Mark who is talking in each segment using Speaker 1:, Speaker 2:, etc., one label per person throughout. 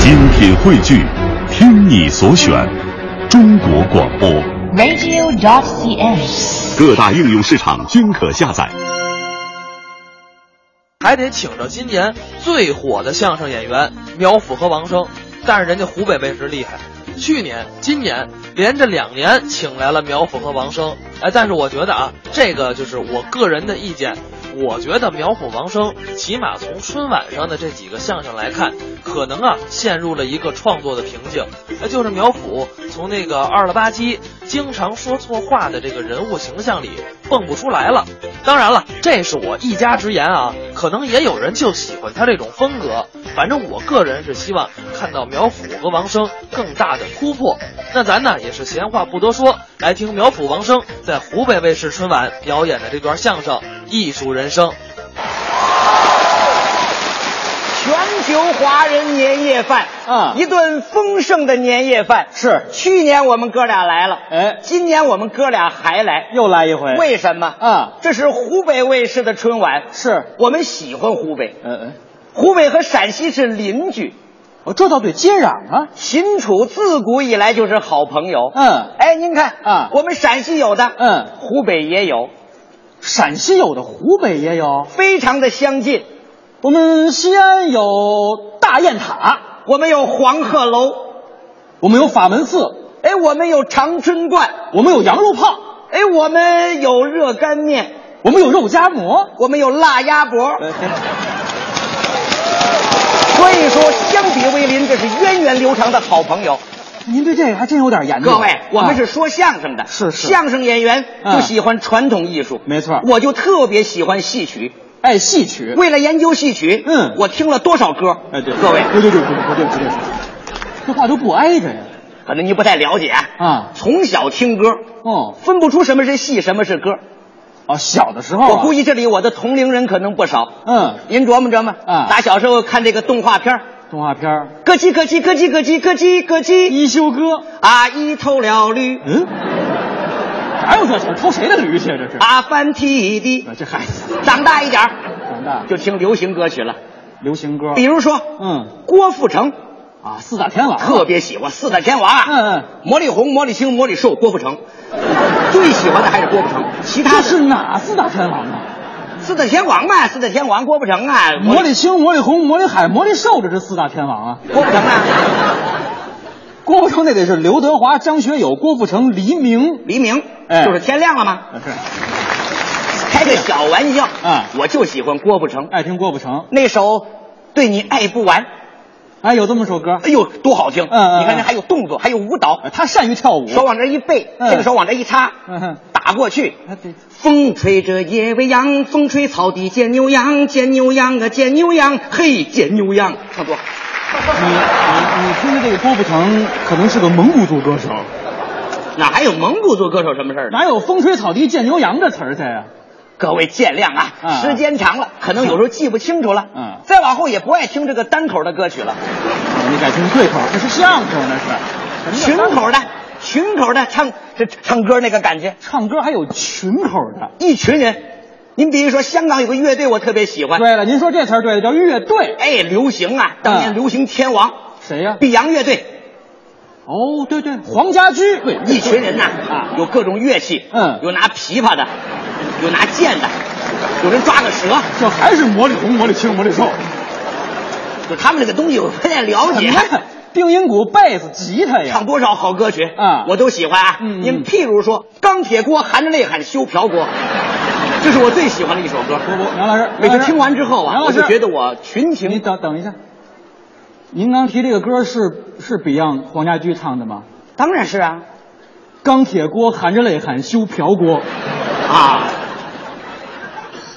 Speaker 1: 精品汇聚，听你所选，中国广播。
Speaker 2: radio.cn。
Speaker 1: 各大应用市场均可下载。
Speaker 3: 还得请着今年最火的相声演员苗阜和王声，但是人家湖北卫视厉害，去年、今年连着两年请来了苗阜和王声。哎，但是我觉得啊，这个就是我个人的意见，我觉得苗阜、王声，起码从春晚上的这几个相声来看，可能啊陷入了一个创作的瓶颈。哎，就是苗阜从那个二了吧唧经常说错话的这个人物形象里蹦不出来了。当然了，这是我一家之言啊，可能也有人就喜欢他这种风格。反正我个人是希望看到苗阜和王声更大的突破。那咱呢也是闲话不多说，来听苗阜、王声在湖北卫视春晚表演的这段相声《艺术人生》。
Speaker 4: 全球华人年夜饭，
Speaker 5: 啊
Speaker 4: 一顿丰盛的年夜饭。
Speaker 5: 是
Speaker 4: 去年我们哥俩来了，
Speaker 5: 哎
Speaker 4: 今年我们哥俩还来，
Speaker 5: 又来一回。
Speaker 4: 为什么？
Speaker 5: 啊，
Speaker 4: 这是湖北卫视的春晚，
Speaker 5: 是，
Speaker 4: 我们喜欢湖北，
Speaker 5: 嗯嗯，
Speaker 4: 湖北和陕西是邻居，
Speaker 5: 我这倒对接壤啊。
Speaker 4: 秦楚自古以来就是好朋友。
Speaker 5: 嗯，
Speaker 4: 哎，您看
Speaker 5: 啊
Speaker 4: 我们陕西有的，
Speaker 5: 嗯
Speaker 4: 湖北也有，
Speaker 5: 陕西有的，湖北也有。
Speaker 4: 非常的相近。
Speaker 5: 我们西安嗯有大雁塔，
Speaker 4: 我们有黄鹤楼，
Speaker 5: 我们有法门寺，
Speaker 4: 哎，我们有长春观，
Speaker 5: 我们有羊肉泡，
Speaker 4: 哎，我们有热干面。
Speaker 5: 我们有肉夹馍。
Speaker 4: 我们有辣鸭脖，
Speaker 5: 哎
Speaker 4: 所以说相比为邻，这是源远流长的好朋友。
Speaker 5: 您对这个还真有点研究。
Speaker 4: 各位，我们是
Speaker 5: 啊
Speaker 4: 说相声的，
Speaker 5: 哎是是
Speaker 4: 相声演员
Speaker 5: 嗯
Speaker 4: 就喜欢传统艺术，
Speaker 5: 没错
Speaker 4: 我就特别喜欢戏曲，
Speaker 5: 哎戏曲。
Speaker 4: 为了研究戏曲，
Speaker 5: 嗯
Speaker 4: 我听了多少歌？
Speaker 5: 哎对，
Speaker 4: 各位，
Speaker 5: 对对对对对对对对，这话都不挨着呀。
Speaker 4: 可能你不太了解
Speaker 5: 啊
Speaker 4: 从小听歌，
Speaker 5: 哦
Speaker 4: 分不出什么是戏，什么是歌。
Speaker 5: 哦，小的时候啊、
Speaker 4: 我估计这里我的同龄人可能不少，
Speaker 5: 嗯，
Speaker 4: 您琢磨琢磨
Speaker 5: 啊
Speaker 4: 打小时候看这个动画片儿
Speaker 5: 动画片儿
Speaker 4: 咯叽咯叽咯叽咯叽咯叽咯
Speaker 5: 《
Speaker 4: 叽，
Speaker 5: 一休哥》。
Speaker 4: 阿姨偷了驴。
Speaker 5: 嗯，哪有这事儿？偷谁的驴去啊？这是。
Speaker 4: 阿凡提的
Speaker 5: 啊，。这孩子
Speaker 4: 长大一点儿
Speaker 5: 长大
Speaker 4: 就听流行歌曲了，
Speaker 5: 流行歌，
Speaker 4: 比如说
Speaker 5: 嗯
Speaker 4: 郭富城，
Speaker 5: 啊，四大天王
Speaker 4: 特别喜欢四大天王啊，
Speaker 5: 嗯嗯，
Speaker 4: 魔力红、魔力青、魔力瘦，郭富城，最喜欢的还是郭富城，其他
Speaker 5: 这
Speaker 4: 的
Speaker 5: 是哪四大天王啊？
Speaker 4: 四大天王嘛，四大天王郭富城啊，
Speaker 5: 魔力青、魔力红、魔力海、魔力兽，这是四大天王啊。
Speaker 4: 郭富城啊，
Speaker 5: 郭富城那得是刘德华、张学友、郭富城、黎明。
Speaker 4: 黎明，
Speaker 5: 哎
Speaker 4: 就是天亮了吗？
Speaker 5: 啊是，
Speaker 4: 开个小玩笑，
Speaker 5: 嗯
Speaker 4: 我就喜欢郭富城
Speaker 5: 爱听郭富城。
Speaker 4: 那首《对你爱不完》，
Speaker 5: 哎，有这么首歌，
Speaker 4: 哎呦，多好听！
Speaker 5: 嗯嗯
Speaker 4: 你看
Speaker 5: 嗯
Speaker 4: 这还有动作，还有舞蹈
Speaker 5: 哎，他善于跳舞。
Speaker 4: 手往这一背，
Speaker 5: 嗯
Speaker 4: 这个手往这一插，
Speaker 5: 嗯哼
Speaker 4: 打过去，
Speaker 5: 他得
Speaker 4: 风吹着野未央，风吹草地见牛羊，见牛羊啊，见牛羊，嘿，见牛羊，差不多。
Speaker 5: 你你你听着，这个郭富城可能是个蒙古族歌手，
Speaker 4: 哪还有蒙古族歌手什么事儿呢？
Speaker 5: 哪有风吹草低见牛羊这词儿去啊呀？
Speaker 4: 各位见谅啊，
Speaker 5: 嗯
Speaker 4: 时间长了，可能有时候记不清楚了。
Speaker 5: 嗯
Speaker 4: 再往后也不爱听这个单口的歌曲了，
Speaker 5: 你改听对口，那是相声，那是
Speaker 4: 群口的，群口的唱这唱歌那个感觉，
Speaker 5: 唱歌还有群口的。
Speaker 4: 一群人。您比如说，香港有个乐队，我特别喜欢，
Speaker 5: 对了，您说这词儿对了，叫乐队。
Speaker 4: 哎，流行啊，当年
Speaker 5: 嗯
Speaker 4: 流行天王，
Speaker 5: 谁呀、
Speaker 4: 碧昂乐队，
Speaker 5: 哦，对对，黄家驹。对
Speaker 4: 一群人呐，
Speaker 5: 啊
Speaker 4: 有各种乐器，
Speaker 5: 嗯
Speaker 4: 有拿琵琶的，有拿剑的，有人抓个蛇，
Speaker 5: 这还是魔力红、魔力青、魔力瘦。
Speaker 4: 就他们这个东西我不太了
Speaker 5: 怎么
Speaker 4: 解。
Speaker 5: 呀？定音鼓、贝斯、吉他呀
Speaker 4: 唱。多少好歌曲
Speaker 5: 啊
Speaker 4: 我都喜欢啊。
Speaker 5: 嗯嗯
Speaker 4: 您譬如说《钢铁锅含着泪喊修瓢锅》，这是我最喜欢的一首歌。
Speaker 5: 不不，杨老师，
Speaker 4: 每次
Speaker 5: 杨老师
Speaker 4: 听完之后啊，
Speaker 5: 杨
Speaker 4: 我
Speaker 5: 老师
Speaker 4: 就觉得我群
Speaker 5: 你
Speaker 4: 情
Speaker 5: 等等一下，您刚提这个歌是是 Beyond 黄家驹唱的吗？
Speaker 4: 当然是啊
Speaker 5: 钢铁锅含着泪喊修瓢锅，
Speaker 4: 啊，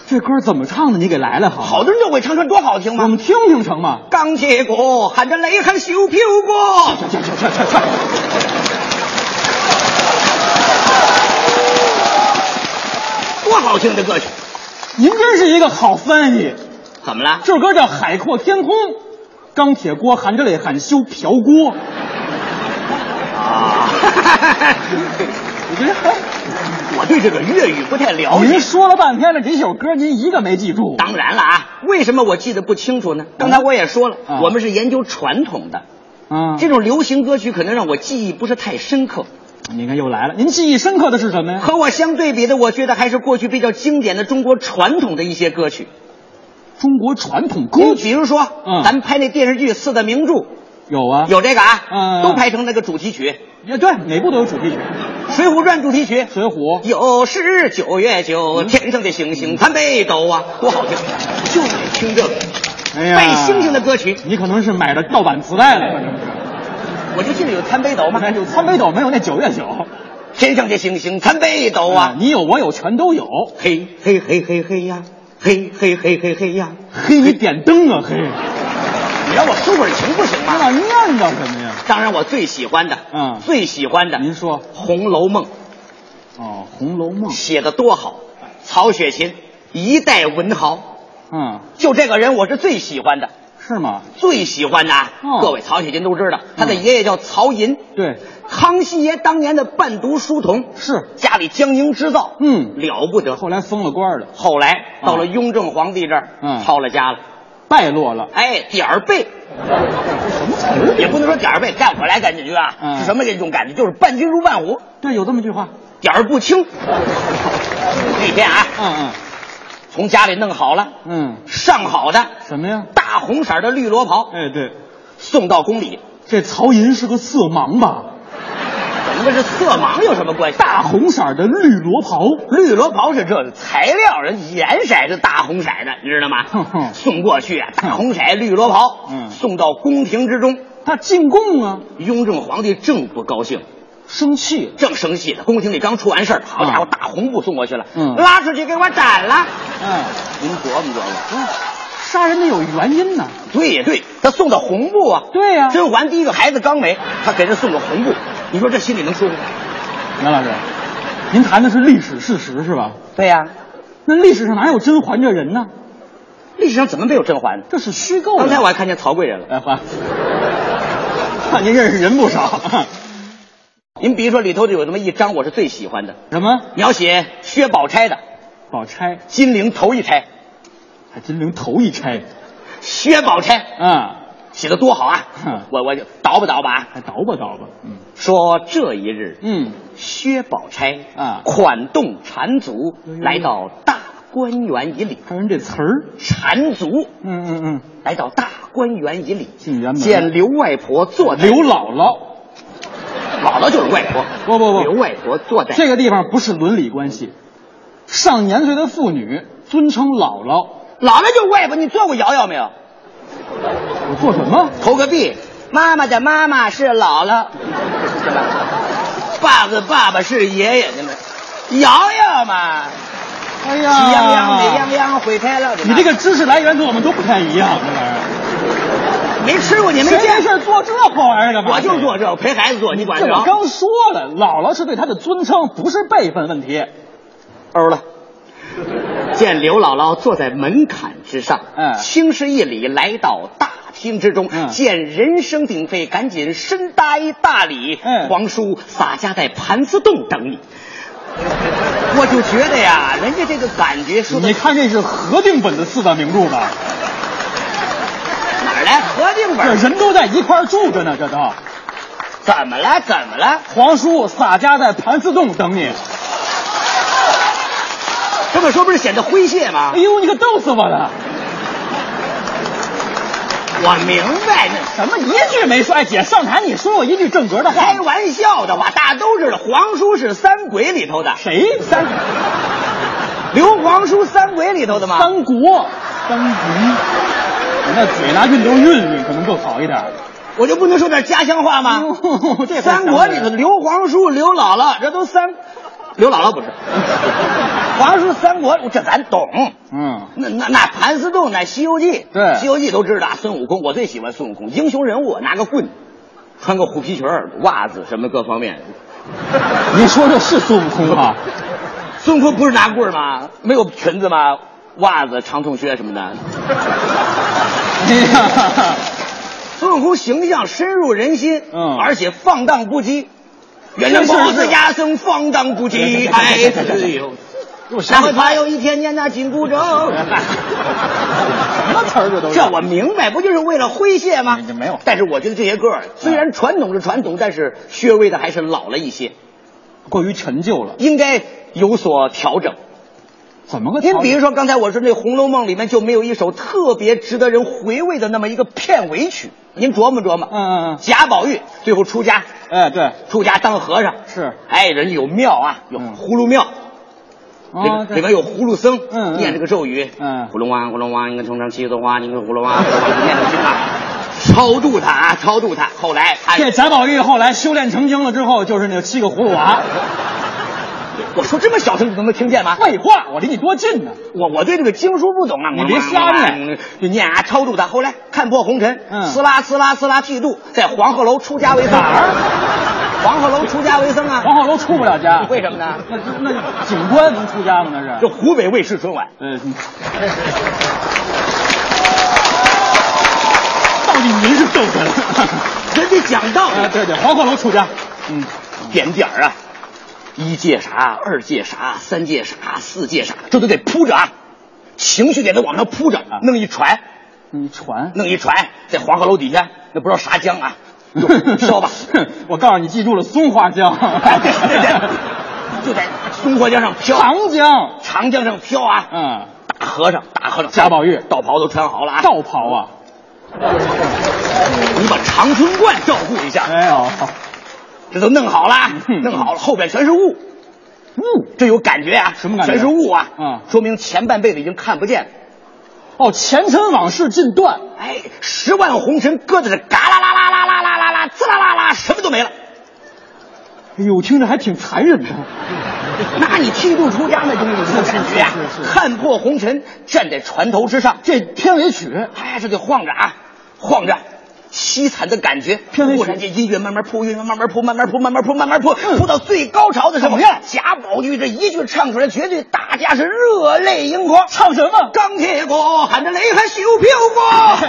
Speaker 5: 这歌怎么唱的？你给来来好吗，
Speaker 4: 好多人就会唱，唱多好听
Speaker 5: 我
Speaker 4: 吗
Speaker 5: 们？听听成吗？
Speaker 4: 钢铁锅含着泪喊修瓢锅。
Speaker 5: 去去去去去去！
Speaker 4: 多好听的歌曲！
Speaker 5: 您真是一个好翻译。
Speaker 4: 怎么了？
Speaker 5: 这首歌叫《海阔天空》，钢铁锅含着泪喊修瓢锅。
Speaker 4: 啊，
Speaker 5: 你这
Speaker 4: 我对这个粤语不太了解。
Speaker 5: 您说了半天了，这首歌您一个没记住。
Speaker 4: 嗯当然了啊，为什么我记得不清楚呢？刚才我也说了，
Speaker 5: 嗯
Speaker 4: 我们是研究传统的，
Speaker 5: 啊
Speaker 4: 这种流行歌曲可能让我记忆不是太深刻。
Speaker 5: 你看又来了，您记忆深刻的是什么呀？
Speaker 4: 和我相对比的，我觉得还是过去比较经典的中国传统的一些歌曲。
Speaker 5: 中国传统歌
Speaker 4: 您
Speaker 5: 曲
Speaker 4: 比如说，
Speaker 5: 嗯
Speaker 4: 咱们拍那电视剧《四大名著》，
Speaker 5: 有啊，
Speaker 4: 有这个啊，
Speaker 5: 嗯
Speaker 4: 都拍成那个主题曲，
Speaker 5: 也对，每部都有主题曲，《
Speaker 4: 《水浒传》主题曲。
Speaker 5: 水浒》
Speaker 4: 有是九月
Speaker 5: 嗯
Speaker 4: 九，天上的星星看北斗啊！我好听，就爱听这个。
Speaker 5: 哎呀
Speaker 4: 拜星星的歌曲，
Speaker 5: 你可能是买的盗版磁带了，可能是。
Speaker 4: 我就记得有看北斗嘛，
Speaker 5: 有参北斗没有那九月九？
Speaker 4: 天上的星星看北斗啊！
Speaker 5: 你有我有全都有。
Speaker 4: 嘿嘿嘿嘿嘿呀，嘿嘿嘿嘿嘿呀！
Speaker 5: 嘿，你点灯啊嘿！
Speaker 4: 你让我抒会儿情不行
Speaker 5: 那
Speaker 4: 吗？
Speaker 5: 老念叨什啊么呀？
Speaker 4: 当然，我最喜欢的，
Speaker 5: 嗯
Speaker 4: 最喜欢的，
Speaker 5: 您说
Speaker 4: 《红楼梦
Speaker 5: 哦，《红楼梦》》
Speaker 4: 写的多好，曹雪芹一代文豪，
Speaker 5: 嗯，
Speaker 4: 就这个人我是最喜欢的，
Speaker 5: 是吗？
Speaker 4: 最喜欢的啊。
Speaker 5: 哦
Speaker 4: 各位曹雪芹都知道，他的
Speaker 5: 嗯
Speaker 4: 爷爷叫曹寅，
Speaker 5: 对，
Speaker 4: 康熙爷当年的伴读书童，
Speaker 5: 是。
Speaker 4: 家里江宁织造，
Speaker 5: 嗯，
Speaker 4: 了不得。
Speaker 5: 后来封了官了，
Speaker 4: 后来到了
Speaker 5: 啊
Speaker 4: 雍正皇帝这儿，
Speaker 5: 嗯
Speaker 4: 抄了家了，
Speaker 5: 败落了。
Speaker 4: 哎，点儿背。也不能说点儿背，在我来感觉啊，
Speaker 5: 嗯
Speaker 4: 是什么这种感觉？就是伴君如伴虎，
Speaker 5: 对，有这么句话。
Speaker 4: 点儿不 清。那天啊，
Speaker 5: 嗯
Speaker 4: 从家里弄好了，
Speaker 5: 嗯嗯，
Speaker 4: 上好的
Speaker 5: 什么呀？
Speaker 4: 大红色的绿罗袍，
Speaker 5: 哎，对，
Speaker 4: 送到宫里，
Speaker 5: 这曹寅是个色盲吧？
Speaker 4: 怎么跟这色盲有什么关系？
Speaker 5: 大红色的绿罗袍，
Speaker 4: 绿罗袍是这个材料，人颜色是大红色的，你知道
Speaker 5: 哼
Speaker 4: 吗？
Speaker 5: 哼
Speaker 4: 送过去啊，大红色绿罗袍，
Speaker 5: 嗯
Speaker 4: 送到宫廷之中。
Speaker 5: 他进贡啊，
Speaker 4: 雍正皇帝正不高兴，
Speaker 5: 生气了。
Speaker 4: 正生气呢，宫廷里刚出完事儿，好家伙，
Speaker 5: 嗯
Speaker 4: 大红布送过去了，
Speaker 5: 嗯
Speaker 4: 拉出去给我斩了。
Speaker 5: 嗯，
Speaker 4: 您琢磨琢磨，
Speaker 5: 不是，杀人得有原因呐。
Speaker 4: 对呀对，他送的红布啊，
Speaker 5: 对呀
Speaker 4: 甄嬛第一个孩子刚没，他给人送个红布，你说这心里能舒服吗？
Speaker 5: 袁老师，您谈的是历史事实是吧？
Speaker 4: 对呀、
Speaker 5: 那历史上哪有甄嬛这人呢？
Speaker 4: 历史上怎么没有甄嬛呢？
Speaker 5: 这是虚构的。
Speaker 4: 刚才我还看见曹贵人了。
Speaker 5: 哎，花，看您认识人不少。
Speaker 4: 您比如说里头就有那么一章，我是最喜欢的，
Speaker 5: 什么？
Speaker 4: 描写薛宝钗的
Speaker 5: 宝钗，
Speaker 4: 金陵头一钗。
Speaker 5: 还真灵头一钗
Speaker 4: 薛宝钗
Speaker 5: 啊！
Speaker 4: 写的多好啊
Speaker 5: 哼！
Speaker 4: 我我就倒吧倒吧啊，
Speaker 5: 还倒吧倒吧。嗯
Speaker 4: 说这一日，
Speaker 5: 嗯，
Speaker 4: 薛宝钗
Speaker 5: 啊
Speaker 4: 款动缠足
Speaker 5: 哎呦
Speaker 4: 来到大观园以里，
Speaker 5: 还有人这词儿。
Speaker 4: 缠足
Speaker 5: 嗯嗯嗯，
Speaker 4: 来到大观园以里，
Speaker 5: 进园门
Speaker 4: 见刘外婆坐在
Speaker 5: 刘姥姥，
Speaker 4: 姥姥就是外婆，
Speaker 5: 不不不
Speaker 4: 刘外婆坐在
Speaker 5: 这个地方不是伦理关系，上年岁的妇女尊称姥姥。
Speaker 4: 姥姥就是外婆，你坐过瑶瑶没有？
Speaker 5: 我做什么？
Speaker 4: 投个币，妈妈的妈妈是姥姥，爸爸的爸爸是爷爷，你们瑶瑶嘛，
Speaker 5: 哎
Speaker 4: 喜洋洋美洋洋毁开了。
Speaker 5: 你这个知识来源跟我们都不太一样，这玩意儿。
Speaker 4: 没吃过，你没
Speaker 5: 谁
Speaker 4: 见
Speaker 5: 没事
Speaker 4: 过，
Speaker 5: 儿做这破玩意儿干嘛？
Speaker 4: 我就做这，我陪孩子做，你管
Speaker 5: 这我
Speaker 4: 着？
Speaker 5: 刚说了，姥姥是对她的尊称，不是辈分问题。
Speaker 4: 欧了。见刘姥姥坐在门槛之上，
Speaker 5: 嗯
Speaker 4: 轻施一礼，来到大厅之中，
Speaker 5: 嗯
Speaker 4: 见人声鼎沸，赶紧深搭一大礼。
Speaker 5: 嗯
Speaker 4: 皇叔洒家在盘丝洞等你。 我就觉得呀，人家这个感觉说的
Speaker 5: 你看这是合订本的四大名著吧？
Speaker 4: 哪儿来？合订
Speaker 5: 这
Speaker 4: 本
Speaker 5: 人都在一块儿住着呢，这都。
Speaker 4: 怎么了？怎么了？
Speaker 5: 皇叔洒家在盘丝洞等你。
Speaker 4: 这么说不是显得诙谐吗
Speaker 5: 哎？呦，你可逗死我了！
Speaker 4: 我明白，那
Speaker 5: 什么一句没说？哎，姐上台你说我一句正格的话
Speaker 4: 开。玩笑的话，大家都知道，皇叔是三鬼里头的，
Speaker 5: 谁？三
Speaker 4: 刘皇叔三鬼里头的吗？
Speaker 5: 三国，三国。你那嘴拿运动运运，可能更好一点。
Speaker 4: 我就不能说点家乡话吗？
Speaker 5: 呦这
Speaker 4: 三国里头的刘皇叔、刘姥姥，这都三，刘姥姥 不是，皇叔三国这咱懂。
Speaker 5: 嗯，
Speaker 4: 那那那盘丝洞，那《西游记》
Speaker 5: 对
Speaker 4: 西游记》都知道。孙悟空，我最喜欢孙悟空，英雄人物，拿个棍，穿个虎皮裙儿袜子什么各方面。
Speaker 5: 您说这是孙悟空吧？
Speaker 4: 孙悟空不是拿棍儿吗？没有裙子吗？袜子、长筒靴什么的。
Speaker 5: 哎呀，
Speaker 4: 孙悟空形象深入人心，
Speaker 5: 嗯
Speaker 4: 而且放荡不羁。原谅
Speaker 5: 是是
Speaker 4: 包子
Speaker 5: 是
Speaker 4: 牙僧放荡不
Speaker 5: 是是
Speaker 4: 羁，
Speaker 5: 是
Speaker 4: 爱
Speaker 5: 是是是
Speaker 4: 自由。
Speaker 5: 我想
Speaker 4: 然后
Speaker 5: 想
Speaker 4: 他有一天年那紧箍咒。
Speaker 5: 什么词儿这都是
Speaker 4: 这我明白，不就是为了诙谐吗？
Speaker 5: 这没有
Speaker 4: 但是我觉得这些歌儿虽然传统是传统，但是薛微的还是老了一些，
Speaker 5: 过于陈旧了，
Speaker 4: 应该有所调整。
Speaker 5: 怎么个调
Speaker 4: 您
Speaker 5: 整？
Speaker 4: 比如说，刚才我说那《红楼梦》里面就没有一首特别值得人回味的那么一个片尾曲，您琢磨琢磨。
Speaker 5: 嗯嗯嗯
Speaker 4: 贾宝玉最后出家，
Speaker 5: 哎对，
Speaker 4: 出家当和尚
Speaker 5: 是
Speaker 4: 哎，人家有庙啊，有
Speaker 5: 嗯
Speaker 4: 葫芦庙。里
Speaker 5: 啊
Speaker 4: 面里面有葫芦僧，
Speaker 5: 嗯嗯
Speaker 4: 念这个咒语，
Speaker 5: 嗯
Speaker 4: 葫芦娃，葫芦娃，你看头上七朵花，你看葫芦娃，葫芦娃，念的经啊，超度他啊，超度他。后来他，
Speaker 5: 这贾宝玉后来修炼成精了之后，就是那七个葫芦娃。
Speaker 4: 我说这么小声，你都能听见吗？
Speaker 5: 废话，我离你多近呢！
Speaker 4: 我我对这个经书不懂啊，
Speaker 5: 你别瞎念，
Speaker 4: 就念啊，超度他。后来看破红尘，
Speaker 5: 嗯
Speaker 4: 撕拉撕拉撕拉剃度，在黄鹤楼出家为僧。
Speaker 5: 哪儿？
Speaker 4: 黄鹤楼出家为僧啊？
Speaker 5: 黄鹤楼出不了 家，
Speaker 4: 为什么呢？
Speaker 5: 那那警官能出家吗？那
Speaker 4: 这
Speaker 5: 是。
Speaker 4: 湖北卫视春晚。
Speaker 5: 呃， 到底您是逗哏？
Speaker 4: 人家讲道
Speaker 5: 哎，
Speaker 4: 理，
Speaker 5: 对对，黄鹤楼出家。嗯，
Speaker 4: 点点儿啊，一戒啥，二戒啥，三戒啥，四戒啥，这都得铺着啊，情绪得得往上铺着，
Speaker 5: 啊
Speaker 4: 弄一船，
Speaker 5: 你传
Speaker 4: 弄一船，在黄鹤楼底下，那不知道啥江啊，就飘吧，
Speaker 5: 我告诉你，记住了，松花 江，
Speaker 4: 哎，对对对，就在松花江上飘，
Speaker 5: 长江。
Speaker 4: 长江上飘啊，
Speaker 5: 嗯，
Speaker 4: 大和尚，大和尚，
Speaker 5: 贾宝玉
Speaker 4: 道袍都穿好了啊，
Speaker 5: 道袍啊！
Speaker 4: 你把长春观照顾一下，
Speaker 5: 哎呦，
Speaker 4: 这都弄好了啊，
Speaker 5: 嗯
Speaker 4: 弄好了，后边全是雾。
Speaker 5: 雾
Speaker 4: 这有感觉啊，
Speaker 5: 什么感觉
Speaker 4: 全是雾啊，
Speaker 5: 嗯
Speaker 4: 说明前半辈子已经看不见了。
Speaker 5: 哦，前尘往事尽断，
Speaker 4: 哎，十万红尘搁在这，嘎啦啦啦啦啦啦啦啦，滋啦啦啦，什么都没了。
Speaker 5: 哎呦，听着还挺残忍的。
Speaker 4: 那你剃度出家那就是有这种感觉啊
Speaker 5: 是是！是
Speaker 4: 看破红尘，站在船头之上，
Speaker 5: 这片尾曲
Speaker 4: 哎，这就晃着啊，晃着。凄惨的感觉，
Speaker 5: 偏为
Speaker 4: 忽
Speaker 5: 谁
Speaker 4: 然这音乐慢慢铺，音乐慢慢铺，慢慢铺，慢慢铺，慢慢铺，铺到最高潮的时候，
Speaker 5: 嗯怎么样
Speaker 4: 贾宝玉这一句唱出来，绝对大家是热泪盈眶。
Speaker 5: 唱什么？
Speaker 4: 钢铁国喊着雷还锈飘过。